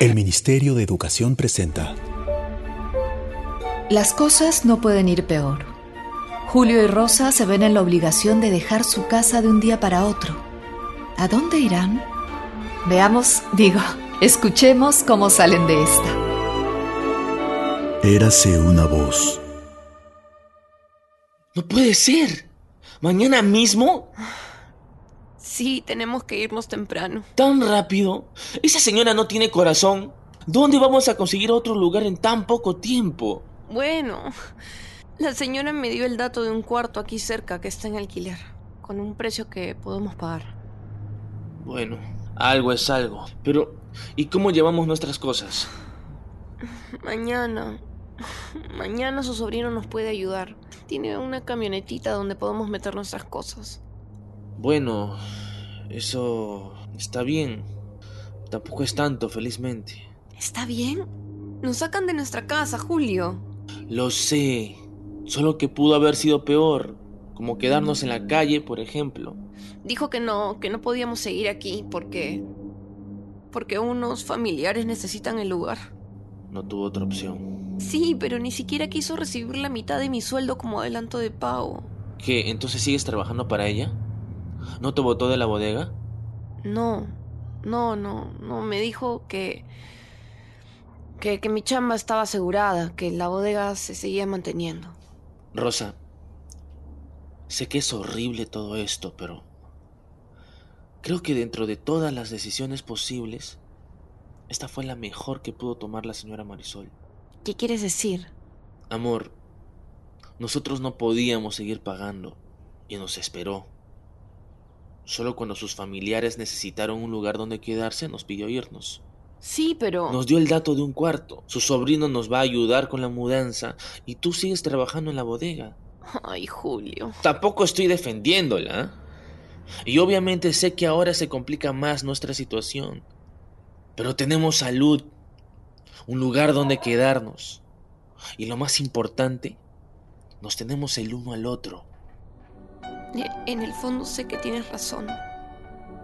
El Ministerio de Educación presenta Las cosas no pueden ir peor. Julio y Rosa se ven en la obligación de dejar su casa de un día para otro. ¿A dónde irán? Veamos, digo, escuchemos cómo salen de esta. Érase una voz. No puede ser. ¿Mañana mismo? Sí, tenemos que irnos temprano. ¿Tan rápido? Esa señora no tiene corazón. ¿Dónde vamos a conseguir otro lugar en tan poco tiempo? Bueno, la señora me dio el dato de un cuarto aquí cerca que está en alquiler, con un precio que podemos pagar. Bueno, algo es algo. Pero, ¿y cómo llevamos nuestras cosas? Mañana. Mañana su sobrino nos puede ayudar. Tiene una camionetita donde podemos meter nuestras cosas. Bueno, eso está bien. Tampoco es tanto, felizmente. ¿Está bien? Nos sacan de nuestra casa, Julio. Lo sé. Solo que pudo haber sido peor. Como quedarnos en la calle, por ejemplo. Dijo que no, que no podíamos seguir aquí porque... porque unos familiares necesitan el lugar. No tuvo otra opción. Sí, pero ni siquiera quiso recibir la mitad de mi sueldo como adelanto de pago. ¿Qué? ¿Entonces sigues trabajando para ella? ¿No te botó de la bodega? No, no, no, no, me dijo que, que, que mi chamba estaba asegurada, que la bodega se seguía manteniendo. Rosa, sé que es horrible todo esto, pero creo que dentro de todas las decisiones posibles, esta fue la mejor que pudo tomar la señora Marisol. ¿Qué quieres decir? Amor, nosotros no podíamos seguir pagando y nos esperó. Solo cuando sus familiares necesitaron un lugar donde quedarse, nos pidió irnos. Sí, pero... Nos dio el dato de un cuarto. Su sobrino nos va a ayudar con la mudanza y tú sigues trabajando en la bodega. Ay, Julio. Tampoco estoy defendiéndola. ¿eh? Y obviamente sé que ahora se complica más nuestra situación. Pero tenemos salud, un lugar donde quedarnos. Y lo más importante, nos tenemos el uno al otro. E- En el fondo sé que tienes razón,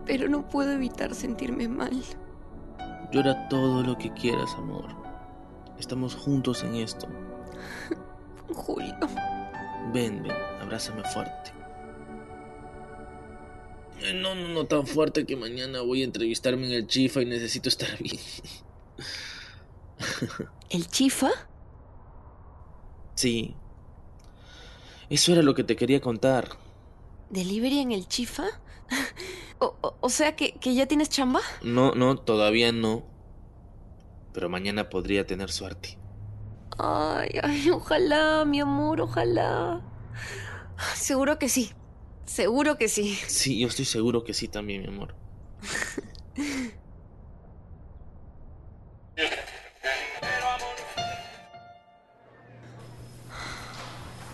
pero no puedo evitar sentirme mal. Llora todo lo que quieras, amor. Estamos juntos en esto. Julio, Ven, ven, abrázame fuerte. Ay, No, no, no tan fuerte que mañana voy a entrevistarme en el chifa y necesito estar bien. ¿el chifa? Sí. Eso era lo que te quería contar. ¿Delivery en el chifa? O, o- o sea, que, que ya tienes chamba. No, no, todavía no. Pero mañana podría tener suerte. Ay, ay, ojalá, mi amor, ojalá. Seguro que sí. Seguro que sí. Sí, yo estoy seguro que sí también, mi amor.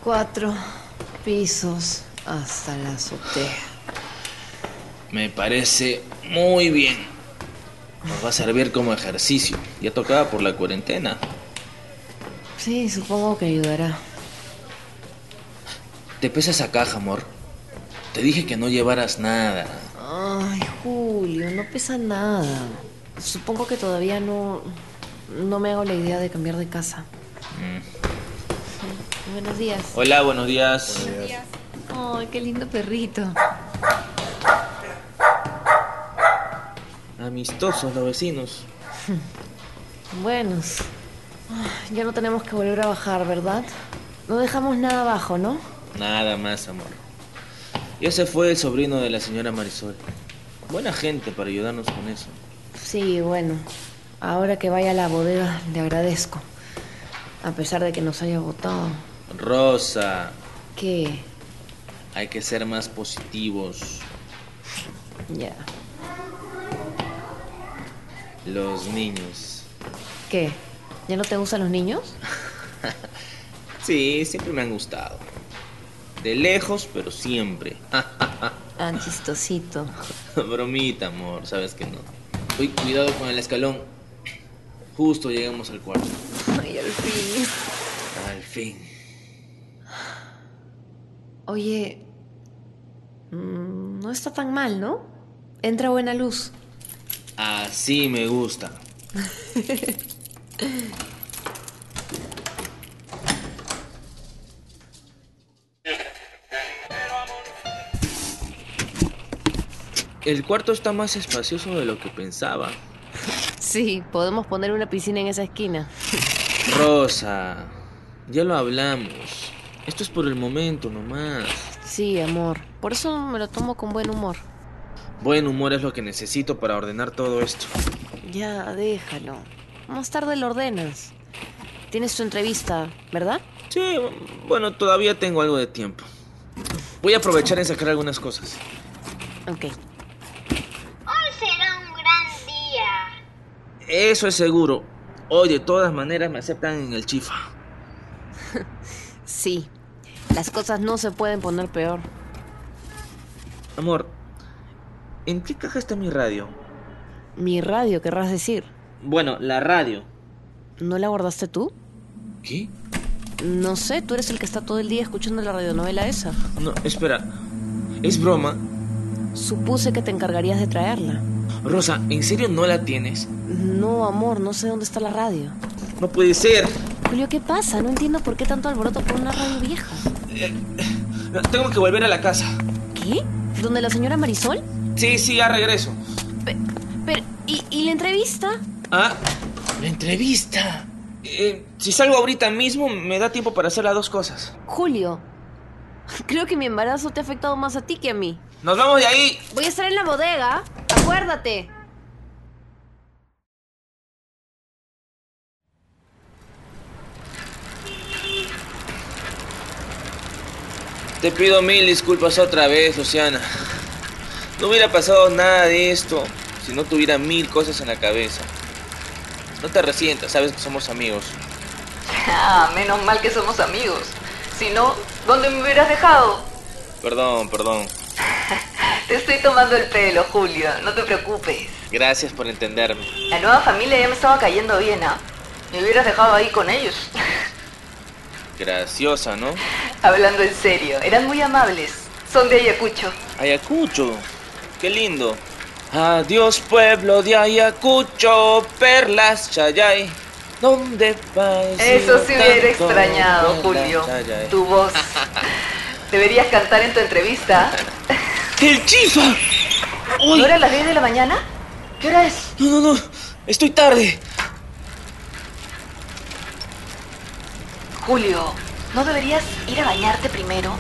Cuatro pisos hasta la azotea. Me parece muy bien. Nos va a servir como ejercicio. Ya tocaba por la cuarentena. Sí, supongo que ayudará. Te pesa esa caja, amor. Te dije que no llevaras nada. Ay, Julio, no pesa nada. Supongo que todavía no, no me hago la idea de cambiar de casa. Buenos días. Hola, buenos días. Ay, qué lindo perrito. Amistosos los vecinos. Buenos. Ay, ah, Ya no tenemos que volver a bajar, ¿verdad? No dejamos nada abajo, ¿no? Nada más, amor. Y ese fue el sobrino de la señora Marisol. Buena gente para ayudarnos con eso. Sí, bueno. Ahora que vaya a la bodega, le agradezco. A pesar de que nos haya votado. Rosa, ¿Qué? hay que ser más positivos. Ya. Los niños. ¿Qué? ¿Ya no te gustan los niños? Sí, siempre me han gustado. De lejos, pero siempre. Ah, chistosito. Bromita, amor, sabes que no. Uy, cuidado con el escalón. Justo llegamos al cuarto. Ay, al fin. Al fin. Oye. mm, No está tan mal, ¿no? Entra buena luz. Así me gusta. El cuarto está más espacioso de lo que pensaba. Sí, podemos poner una piscina en esa esquina. Rosa, ya lo hablamos. Esto es por el momento nomás. Sí, amor. Por eso me lo tomo con buen humor. Buen humor es lo que necesito para ordenar todo esto. Ya, déjalo. Más tarde lo ordenas. Tienes tu entrevista, ¿verdad? Sí, bueno, todavía tengo algo de tiempo. Voy a aprovechar en sacar algunas cosas. Ok. Hoy será un gran día. Eso es seguro. Hoy de todas maneras me aceptan en el chifa. Sí. Las cosas no se pueden poner peor. Amor, ¿en qué caja está mi radio? Mi radio, querrás decir. Bueno, la radio. ¿No la guardaste tú? ¿Qué? No sé, tú eres el que está todo el día escuchando la radionovela esa. No, espera. Es broma. Supuse que te encargarías de traerla. Rosa, ¿en serio no la tienes? No, amor, no sé dónde está la radio. No puede ser. Julio, ¿qué pasa? No entiendo por qué tanto alboroto por una radio vieja. Tengo que volver a la casa. ¿Qué? ¿Dónde la señora Marisol? Sí, sí, ya regreso. Pe- Pero, ¿y, y la entrevista? Ah, la entrevista. Eh, si salgo ahorita mismo, me da tiempo para hacer las dos cosas. Julio, creo que mi embarazo te ha afectado más a ti que a mí. Nos vamos de ahí. Voy a estar en la bodega, acuérdate. Te pido mil disculpas otra vez, Luciana. No hubiera pasado nada de esto si no tuviera mil cosas en la cabeza. No te resientas, sabes que somos amigos. Ah, menos mal que somos amigos. Si no, ¿dónde me hubieras dejado? Perdón, perdón. Te estoy tomando el pelo, Julio. No te preocupes. Gracias por entenderme. La nueva familia ya me estaba cayendo bien, ¿ah? Me hubieras dejado ahí con ellos. Graciosa, ¿no? Hablando en serio, eran muy amables. Son de Ayacucho. Ayacucho. Qué lindo. Adiós pueblo de Ayacucho, perlas, chayay. ¿Dónde va Eso sí hubiera extrañado, Julio. eh. Tu voz. Deberías cantar en tu entrevista. ¡El chifa! ¡Uy! ¿No eran las 10 de la mañana? ¿Qué hora es? No, no, no. Estoy tarde. Julio, ¿no deberías ir a bañarte primero?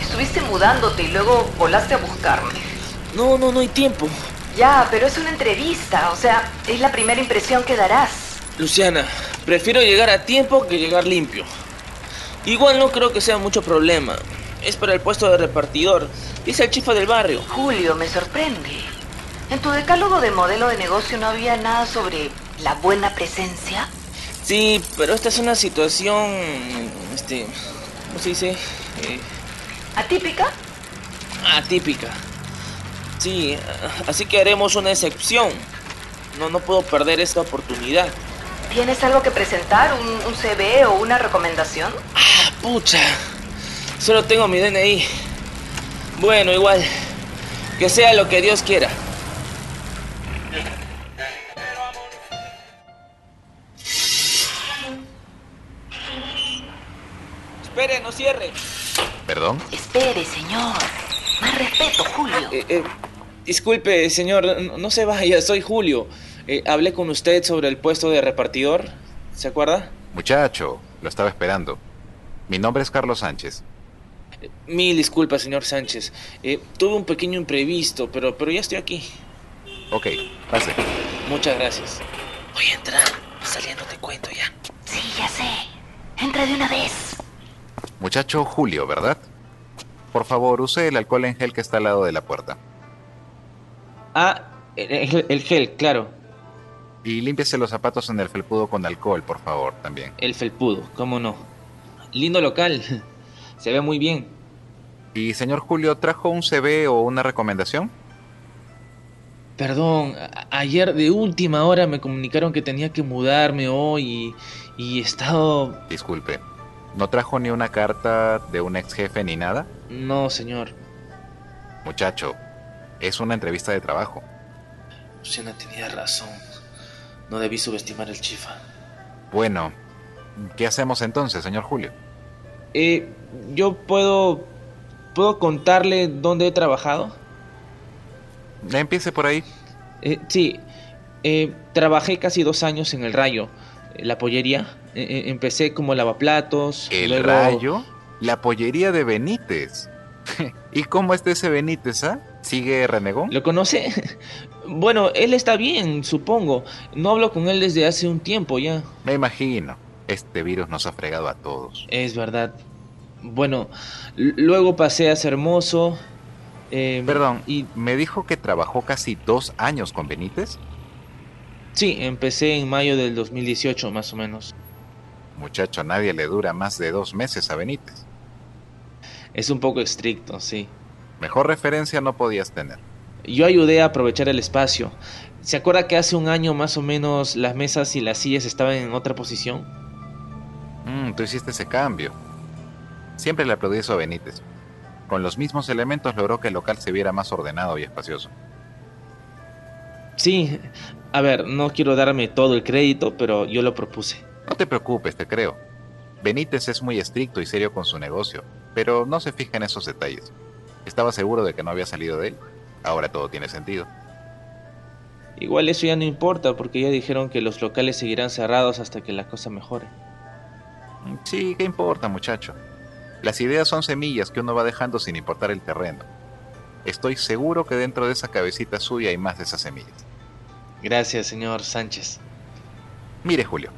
Estuviste mudándote y luego volaste a buscarme. No, no, no hay tiempo. Ya, pero es una entrevista, o sea, es la primera impresión que darás. Luciana, prefiero llegar a tiempo que llegar limpio. Igual no creo que sea mucho problema. Es para el puesto de repartidor. Es el chifa del barrio. Julio, me sorprende. En tu decálogo de modelo de negocio no había nada sobre la buena presencia. Sí, pero esta es una situación. Este. ¿Cómo se dice? Eh, ¿Atípica? atípica. Sí, a- así que haremos una excepción. No, no puedo perder esta oportunidad. ¿Tienes algo que presentar? ¿Un, un CV o una recomendación? ¡Ah, pucha! Solo tengo mi DNI. Bueno, igual. Que sea lo que Dios quiera. Espere, no cierre. ¿Perdón? Espere, señor. Más respeto, Julio. Eh, eh, disculpe, señor, no, no se vaya, soy Julio. Eh, hablé con usted sobre el puesto de repartidor, ¿se acuerda? Muchacho, lo estaba esperando. Mi nombre es Carlos Sánchez. Mil disculpas, señor Sánchez. Eh, tuve un pequeño imprevisto, pero, pero ya estoy aquí. Ok, pase. Muchas gracias. Voy a entrar, saliendo te cuento ya. Sí, ya sé. Entra de una vez. Muchacho Julio, ¿verdad? Por favor, use el alcohol en gel que está al lado de la puerta. Ah, el, el- el gel, claro. Y límpiese los zapatos en el felpudo con alcohol, por favor, también. El felpudo, cómo no. Lindo local. Se ve muy bien. Y señor Julio, ¿trajo un CV o una recomendación? Perdón, a- ayer de última hora me comunicaron que tenía que mudarme hoy y, y he estado Disculpe. ¿No trajo ni una carta de un ex jefe ni nada? No, señor. Muchacho, es una entrevista de trabajo. Luciana tenía razón. No debí subestimar el chifa. Bueno, ¿qué hacemos entonces, señor Julio? Eh, yo puedo... ¿Puedo contarle dónde he trabajado? Empiece por ahí. Eh, sí, eh, trabajé casi dos años en el Rayo, eh, la pollería. Eh, eh, empecé como lavaplatos. El luego- rayo, la pollería de Benítez. ¿Y cómo está ese Benítez, ah? ¿Sigue renegón? ¿Lo conoce? bueno, él está bien, supongo. No hablo con él desde hace un tiempo ya. Me imagino. Este virus nos ha fregado a todos. Es verdad. Bueno, l- luego pasé a ser mozo. eh, Perdón, Y ¿me dijo que trabajó casi dos años con Benítez? sí, empecé en mayo del 2018 más o menos. Muchacho, a nadie le dura más de dos meses a Benítez. Es un poco estricto, sí. Mejor referencia no podías tener. Yo ayudé a aprovechar el espacio. ¿Se acuerda que hace un año más o menos las mesas y las sillas estaban en otra posición? Mm, tú hiciste ese cambio. Siempre le aplaudí eso a Benítez. Con los mismos elementos logró que el local se viera más ordenado y espacioso. Sí, a ver, no quiero darme todo el crédito, pero yo lo propuse. No te preocupes, te creo. Benítez es muy estricto y serio con su negocio, pero no se fija en esos detalles. Estaba seguro de que no había salido de él. Ahora todo tiene sentido. Igual eso ya no importa, porque ya dijeron que los locales seguirán cerrados hasta que la cosa mejore. Mm, Sí, ¿qué importa, muchacho? Las ideas son semillas que uno va dejando sin importar el terreno. Estoy seguro que dentro de esa cabecita suya hay más de esas semillas. Gracias, señor Sánchez. Mire, Julio,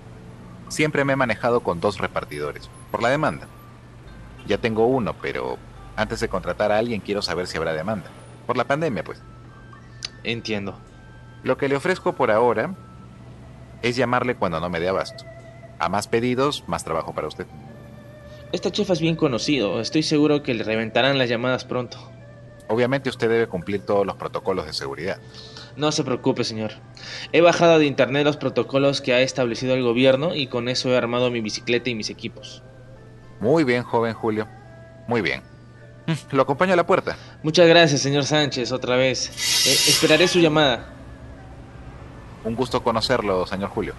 siempre me he manejado con dos repartidores, por la demanda. Ya tengo uno, pero antes de contratar a alguien quiero saber si habrá demanda. Por la pandemia, pues. Entiendo. Lo que le ofrezco por ahora es llamarle cuando no me dé abasto. A más pedidos, más trabajo para usted. Este chifa es bien conocido, estoy seguro que le reventarán las llamadas pronto. Obviamente usted debe cumplir todos los protocolos de seguridad. No se preocupe, señor. He bajado de internet los protocolos que ha establecido el gobierno y con eso he armado mi bicicleta y mis equipos. Muy bien, joven Julio. Muy bien. Mm, Lo acompaño a la puerta. Muchas gracias, señor Sánchez, otra vez. Eh, esperaré su llamada. Un gusto conocerlo, señor Julio.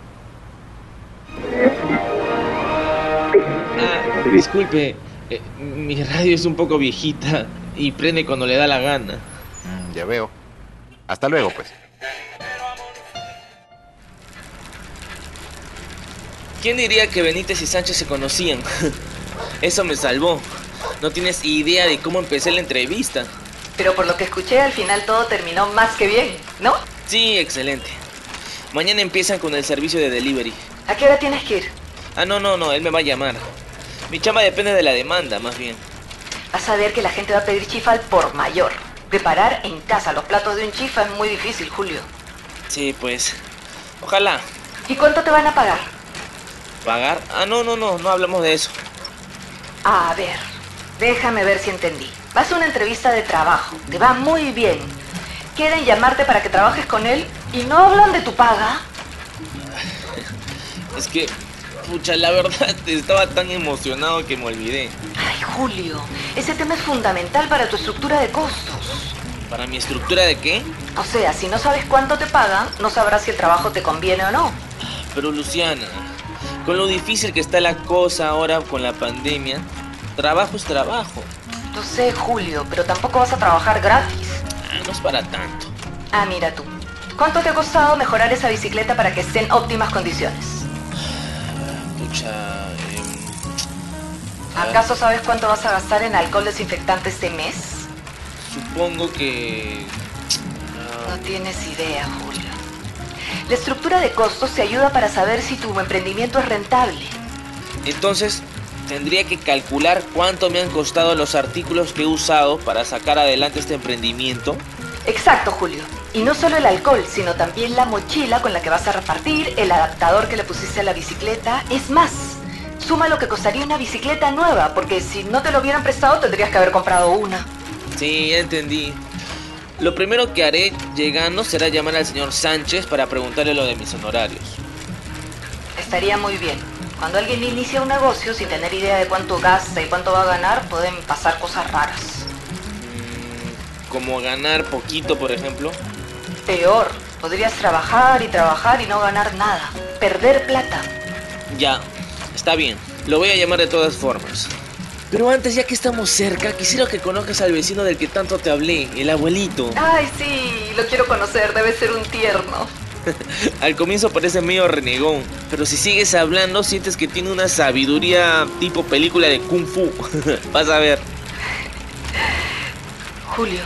Ah, disculpe, eh, mi radio es un poco viejita y prende cuando le da la gana. Mm, ya veo. Hasta luego, pues. ¿Quién diría que Benítez y Sánchez se conocían? Eso me salvó. No tienes idea de cómo empecé la entrevista. Pero por lo que escuché, al final todo terminó más que bien, ¿no? Sí, excelente. Mañana empiezan con el servicio de delivery. ¿A qué hora tienes que ir? Ah, no, no, no, él me va a llamar. Mi chamba depende de la demanda, más bien. Vas a ver que la gente va a pedir chifa al por mayor. Preparar en casa los platos de un chifa es muy difícil, Julio. Sí, pues. Ojalá. ¿Y cuánto te van a pagar? ¿Pagar? Ah, no, no, no, no hablamos de eso. A ver, déjame ver si entendí. Vas a una entrevista de trabajo, te va muy bien. Quieren llamarte para que trabajes con él y no hablan de tu paga. Es que, pucha, la verdad, estaba tan emocionado que me olvidé. Ay, Julio, ese tema es fundamental para tu estructura de costos. ¿Para mi estructura de qué? O sea, si no sabes cuánto te pagan, no sabrás si el trabajo te conviene o no. Pero Luciana, con lo difícil que está la cosa ahora con la pandemia, trabajo es trabajo. Lo sé, Julio, pero tampoco vas a trabajar gratis. Ah, no es para tanto. Ah, mira tú. ¿Cuánto te ha costado mejorar esa bicicleta para que esté en óptimas condiciones? Pucha, em, ¿Acaso sabes cuánto vas a gastar en alcohol desinfectante este mes? supongo que... ah, No tienes idea, Julio. La estructura de costos te ayuda para saber si tu emprendimiento es rentable. Entonces, tendría que calcular cuánto me han costado los artículos que he usado para sacar adelante este emprendimiento. Exacto, Julio. Y no solo el alcohol, sino también la mochila con la que vas a repartir, el adaptador que le pusiste a la bicicleta. Es más, suma lo que costaría una bicicleta nueva, porque si no te lo hubieran prestado tendrías que haber comprado una. Sí, ya entendí. Lo primero que haré llegando será llamar al señor Sánchez para preguntarle lo de mis honorarios. Estaría muy bien. Cuando alguien inicia un negocio sin tener idea de cuánto gasta y cuánto va a ganar, pueden pasar cosas raras. Como ganar poquito, por ejemplo. Peor, Podrías trabajar y trabajar y no ganar nada. Perder plata. Ya, está bien. Lo voy a llamar de todas formas. Pero antes, ya que estamos cerca, quisiera que conozcas al vecino del que tanto te hablé, el abuelito. Ay, sí, lo quiero conocer, debe ser un tierno. Al comienzo parece medio renegón, pero si sigues hablando sientes que tiene una sabiduría tipo película de kung fu. Vas a ver. Julio,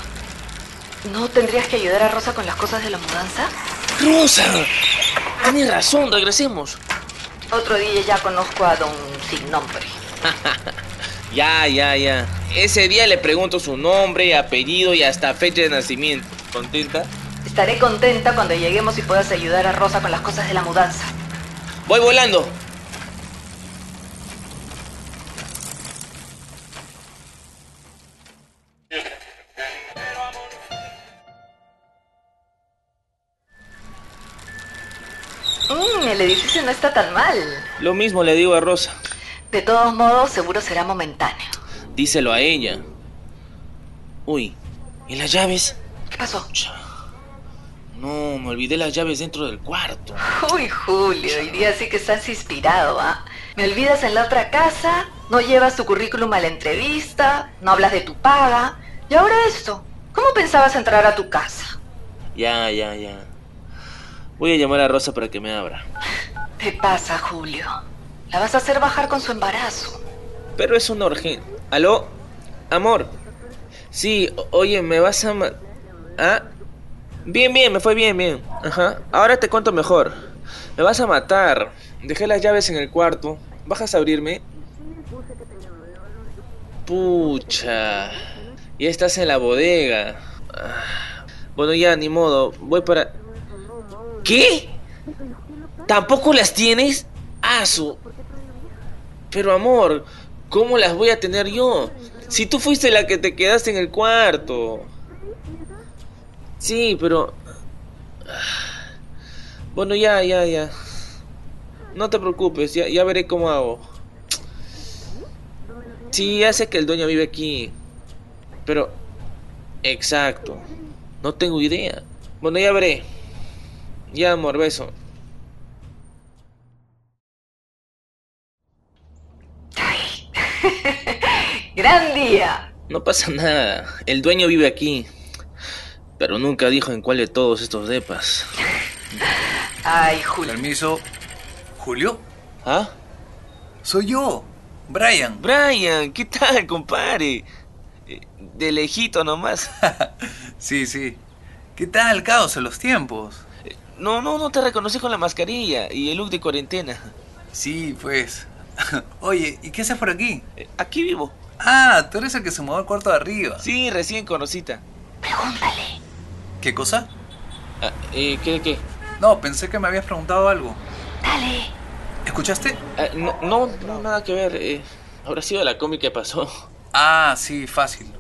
¿no tendrías que ayudar a Rosa con las cosas de la mudanza? ¡Rosa! Tienes razón, regresemos. Otro día ya conozco a don sin nombre. Ya, ya, ya. Ese día le pregunto su nombre, apellido y hasta fecha de nacimiento. ¿Contenta? Estaré contenta cuando lleguemos y puedas ayudar a Rosa con las cosas de la mudanza. Voy volando. Mm, el edificio no está tan mal. Lo mismo le digo a Rosa. De todos modos, seguro será momentáneo. Díselo a ella. Uy, ¿y las llaves? ¿Qué pasó? No, me olvidé las llaves dentro del cuarto. Uy, Julio, hoy día sí que estás inspirado, ¿ah? Me olvidas en la otra casa, no llevas tu currículum a la entrevista, no hablas de tu paga. Y ahora esto, ¿cómo pensabas entrar a tu casa? Ya, ya, ya. Voy a llamar a Rosa para que me abra. ¿Qué pasa, Julio? La vas a hacer bajar con su embarazo. Pero es un urgente. ¿Aló? Amor. Sí, o- oye, me vas a... ma- ¿Ah? Bien, bien, me fue bien, bien. Ajá. Ahora te cuento mejor. Me vas a matar. Dejé las llaves en el cuarto. ¿Bajas a abrirme? Pucha. Ya estás en la bodega. Ah. Bueno, ya, ni modo. Voy para... ¿Qué? ¿Tampoco las tienes? Ah, Asu. Pero amor, ¿cómo las voy a tener yo? Si tú fuiste la que te quedaste en el cuarto. Sí, pero... Bueno, ya, ya, ya. No te preocupes, ya, ya veré cómo hago. Sí, ya sé que el dueño vive aquí. Pero... Exacto. No tengo idea. Bueno, ya veré. Ya, amor, beso. ¡Gran día! No pasa nada. El dueño vive aquí. Pero nunca dijo en cuál de todos estos depas. Ay, Julio. Permiso. Julio, ¿Ah? soy yo, Brian. Brian, ¿qué tal, compadre? Eh, De lejito nomás. Sí, sí. ¿Qué tal, caos en los tiempos? No, no, no te reconocí con la mascarilla y el look de cuarentena. Sí, pues. Oye, ¿y qué haces por aquí? Eh, Aquí vivo. Ah, tú eres el que se mudó al cuarto de arriba. Sí, recién conocita. ¿Qué cosa? Ah, eh, ¿Qué, qué? No, pensé que me habías preguntado algo. Dale. ¿Escuchaste? Ah, no, no, no, nada que ver. eh, habrá sido la cómica que pasó. Ah, sí, fácil.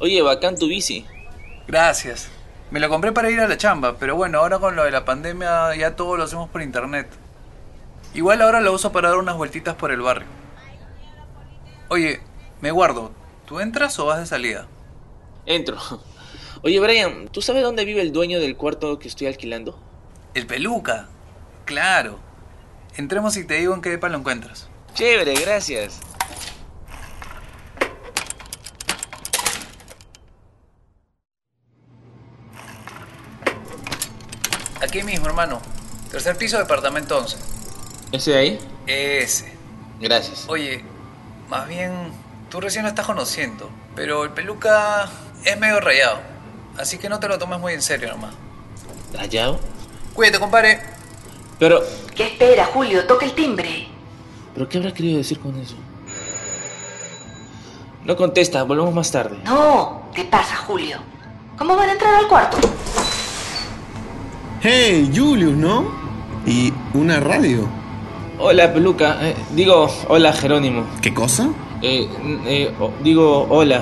Oye, bacán tu bici. Gracias. Me lo compré para ir a la chamba, pero bueno, ahora con lo de la pandemia ya todo lo hacemos por internet. Igual ahora lo uso para dar unas vueltitas por el barrio. Oye, me guardo. ¿Tú entras o vas de salida? Entro. Oye, Brian, ¿tú sabes dónde vive el dueño del cuarto que estoy alquilando? El peluca. Claro. Entremos y te digo en qué depa lo encuentras. Chévere, gracias. Aquí mismo, hermano. Tercer piso, departamento 11. ¿Ese de ahí? Ese. Gracias. Oye, más bien, tú recién lo estás conociendo, pero el peluca es medio rayado. Así que no te lo tomes muy en serio, nomás. ¿Rayado? Cuídate, compadre. Pero, ¿Qué espera, Julio? Toca el timbre. ¿pero qué habrá querido decir con eso? No contesta, volvemos más tarde. No, ¿qué pasa, Julio? ¿Cómo van a entrar al cuarto? Hey, Julius, ¿no? Y una radio. Hola, peluca. Eh, digo, hola, Jerónimo. ¿Qué cosa? Eh, n- eh, o- digo, hola.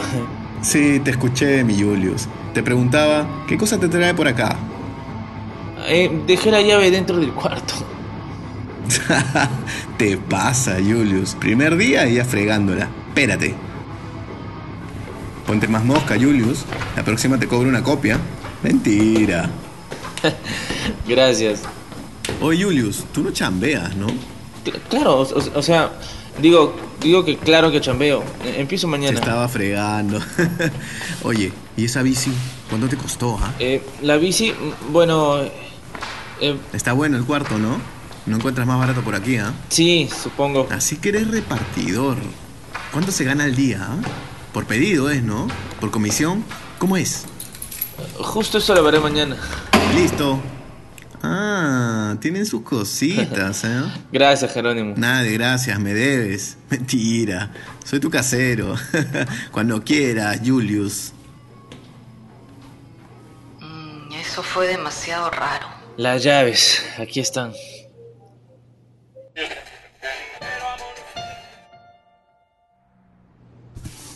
Sí, te escuché, mi Julius. Te preguntaba, ¿qué cosa te trae por acá? Eh, dejé la llave dentro del cuarto. te pasa, Julius. Primer día y ya fregándola. Espérate. Ponte más mosca, Julius. La próxima te cobro una copia. Mentira. Gracias. Oye, Julius, tú no chambeas, ¿no? Cl- claro, o, o- o sea, digo, digo que claro que chambeo. E- Empiezo Te mañana. estaba fregando. Oye, ¿y esa bici? ¿Cuánto te costó, ah? Eh, la bici, mm, bueno, eh, Está bueno el cuarto, ¿no? No encuentras más barato por aquí, ¿ah? sí, supongo. Así que eres repartidor. ¿Cuánto se gana al día? ah? Por pedido es, ¿no? ¿Por comisión? ¿Cómo es? Justo eso lo veré mañana. Listo. Ah, tienen sus cositas, ¿eh? Gracias, Jerónimo. Nada de gracias, me debes. Mentira. Soy tu casero. Cuando quieras, Julius. Mm, eso fue demasiado raro. Las llaves, aquí están.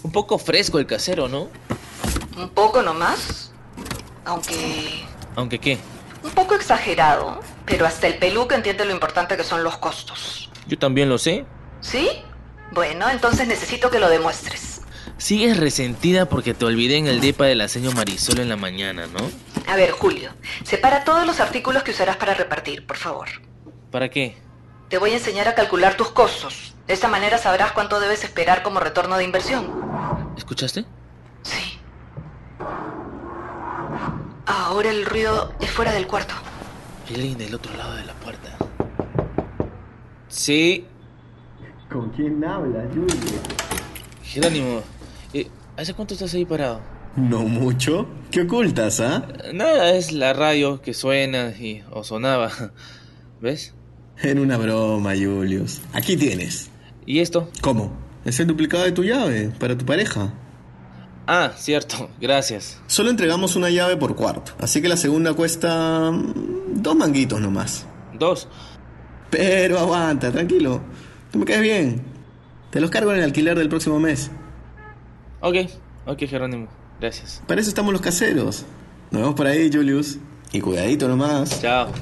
Un poco fresco el casero, ¿no? Un poco nomás. Aunque Aunque qué. un poco exagerado. Pero hasta el peluca entiende lo importante que son los costos. Yo también lo sé. ¿Sí? Bueno, entonces necesito que lo demuestres. Sigues resentida porque te olvidé en el depa de la seño Marisol en la mañana, ¿no? A ver, Julio, separa todos los artículos que usarás para repartir, por favor. ¿Para qué? Te voy a enseñar a calcular tus costos. De esta manera sabrás cuánto debes esperar como retorno de inversión. ¿Escuchaste? Sí. Ahora el ruido es fuera del cuarto. Eileen del otro lado de la puerta. Sí, ¿Con quién hablas, Julius? Jerónimo. eh, ¿Hace cuánto estás ahí parado? No mucho. ¿Qué ocultas, ah? Nada, es la radio que suena y o sonaba. ¿Ves? Era una broma, Julius. Aquí tienes. ¿Y esto? ¿Cómo? Es el duplicado de tu llave para tu pareja. Ah, cierto, gracias. Solo entregamos una llave por cuarto, así que la segunda cuesta mm, dos manguitos nomás. Dos. Pero aguanta, tranquilo. Tú me caes bien. Te los cargo en el alquiler del próximo mes. Ok, ok, Jerónimo. Gracias. Para eso estamos los caseros. Nos vemos por ahí, Julius. Y cuidadito nomás. Chao.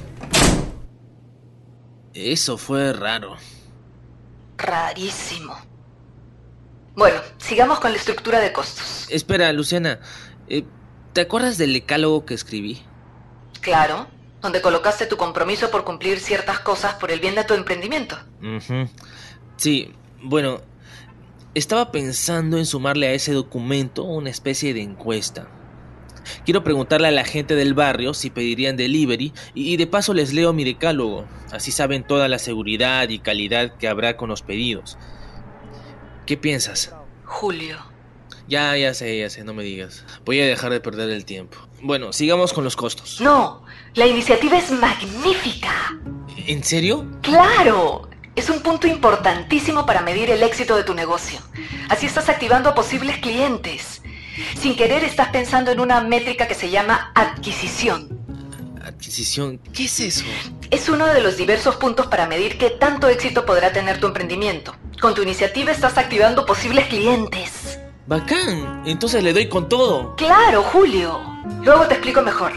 Eso fue raro. Rarísimo. Bueno, sigamos con la estructura de costos. Espera, Luciana. eh, ¿Te acuerdas del decálogo que escribí? Claro, donde colocaste tu compromiso por cumplir ciertas cosas por el bien de tu emprendimiento. Ujú. Sí, bueno, estaba pensando en sumarle a ese documento una especie de encuesta. Quiero preguntarle a la gente del barrio si pedirían delivery y y de paso les leo mi decálogo, así saben toda la seguridad y calidad que habrá con los pedidos. ¿Qué piensas? Julio, Ya, ya sé, ya sé, no me digas. Voy a dejar de perder el tiempo. Bueno, sigamos con los costos. No, la iniciativa es magnífica. ¿En serio? Claro, es un punto importantísimo para medir el éxito de tu negocio. Así estás activando a posibles clientes. Sin querer estás pensando en una métrica que se llama adquisición. Adquisición, ¿qué es eso? Es uno de los diversos puntos para medir qué tanto éxito podrá tener tu emprendimiento. Con tu iniciativa estás activando posibles clientes. Bacán, entonces le doy con todo. Claro, Julio. Luego te explico mejor.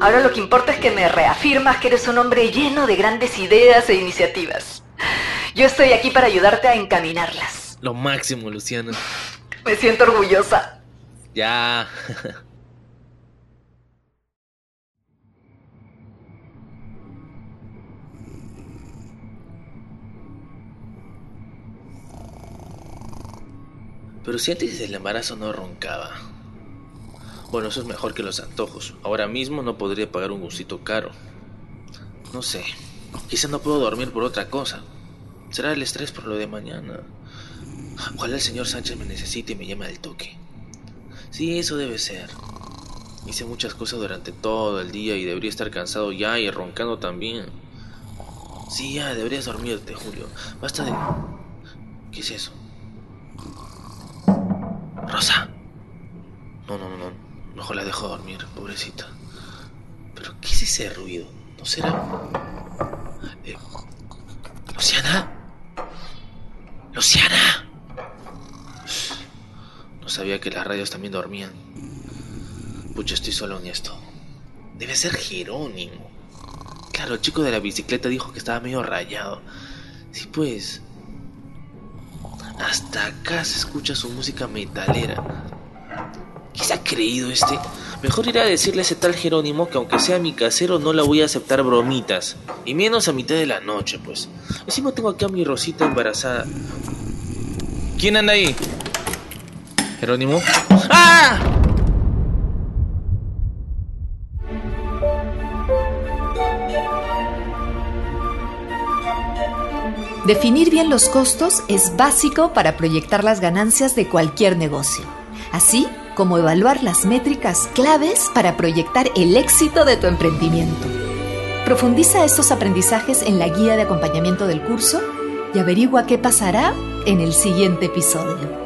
Ahora lo que importa es que me reafirmas que eres un hombre lleno de grandes ideas e iniciativas. Yo estoy aquí para ayudarte a encaminarlas. Lo máximo, Luciana. Me siento orgullosa. Ya. Pero si antes del embarazo no roncaba. Bueno, eso es mejor que los antojos. Ahora mismo no podría pagar un gustito caro. No sé. Quizá no puedo dormir por otra cosa. Será el estrés por lo de mañana. Ojalá el señor Sánchez me necesite y me llame al toque. Sí, eso debe ser. Hice muchas cosas durante todo el día y debería estar cansado ya y roncando también. Sí, ya, deberías dormirte, Julio. Basta de... ¿Qué es eso? Rosa. No, no, no, no. Mejor la dejo dormir, pobrecita. ¿Pero qué es ese ruido? ¿No será... Eh, Luciana? Luciana? No sabía que las radios también dormían. Pucha, estoy solo en esto. Debe ser Jerónimo. Claro, el chico de la bicicleta dijo que estaba medio rayado. Sí, pues. Hasta acá se escucha su música metalera. ¿Qué ¿Qué se ha creído este? Mejor ir a decirle a ese tal Jerónimo que aunque sea mi casero no la voy a aceptar bromitas. Y menos a mitad de la noche, pues. Encima tengo acá a mi Rosita embarazada. ¿Quién anda ahí? Jerónimo. ¡Ah! Definir bien los costos es básico para proyectar las ganancias de cualquier negocio, así como evaluar las métricas claves para proyectar el éxito de tu emprendimiento. Profundiza estos aprendizajes en la guía de acompañamiento del curso y averigua qué pasará en el siguiente episodio.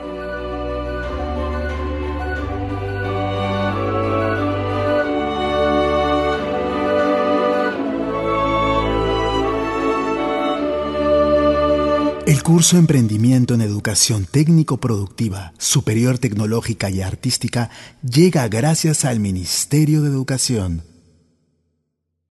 El curso Emprendimiento en Educación Técnico-Productiva, Superior Tecnológica y Artística llega gracias al Ministerio de Educación.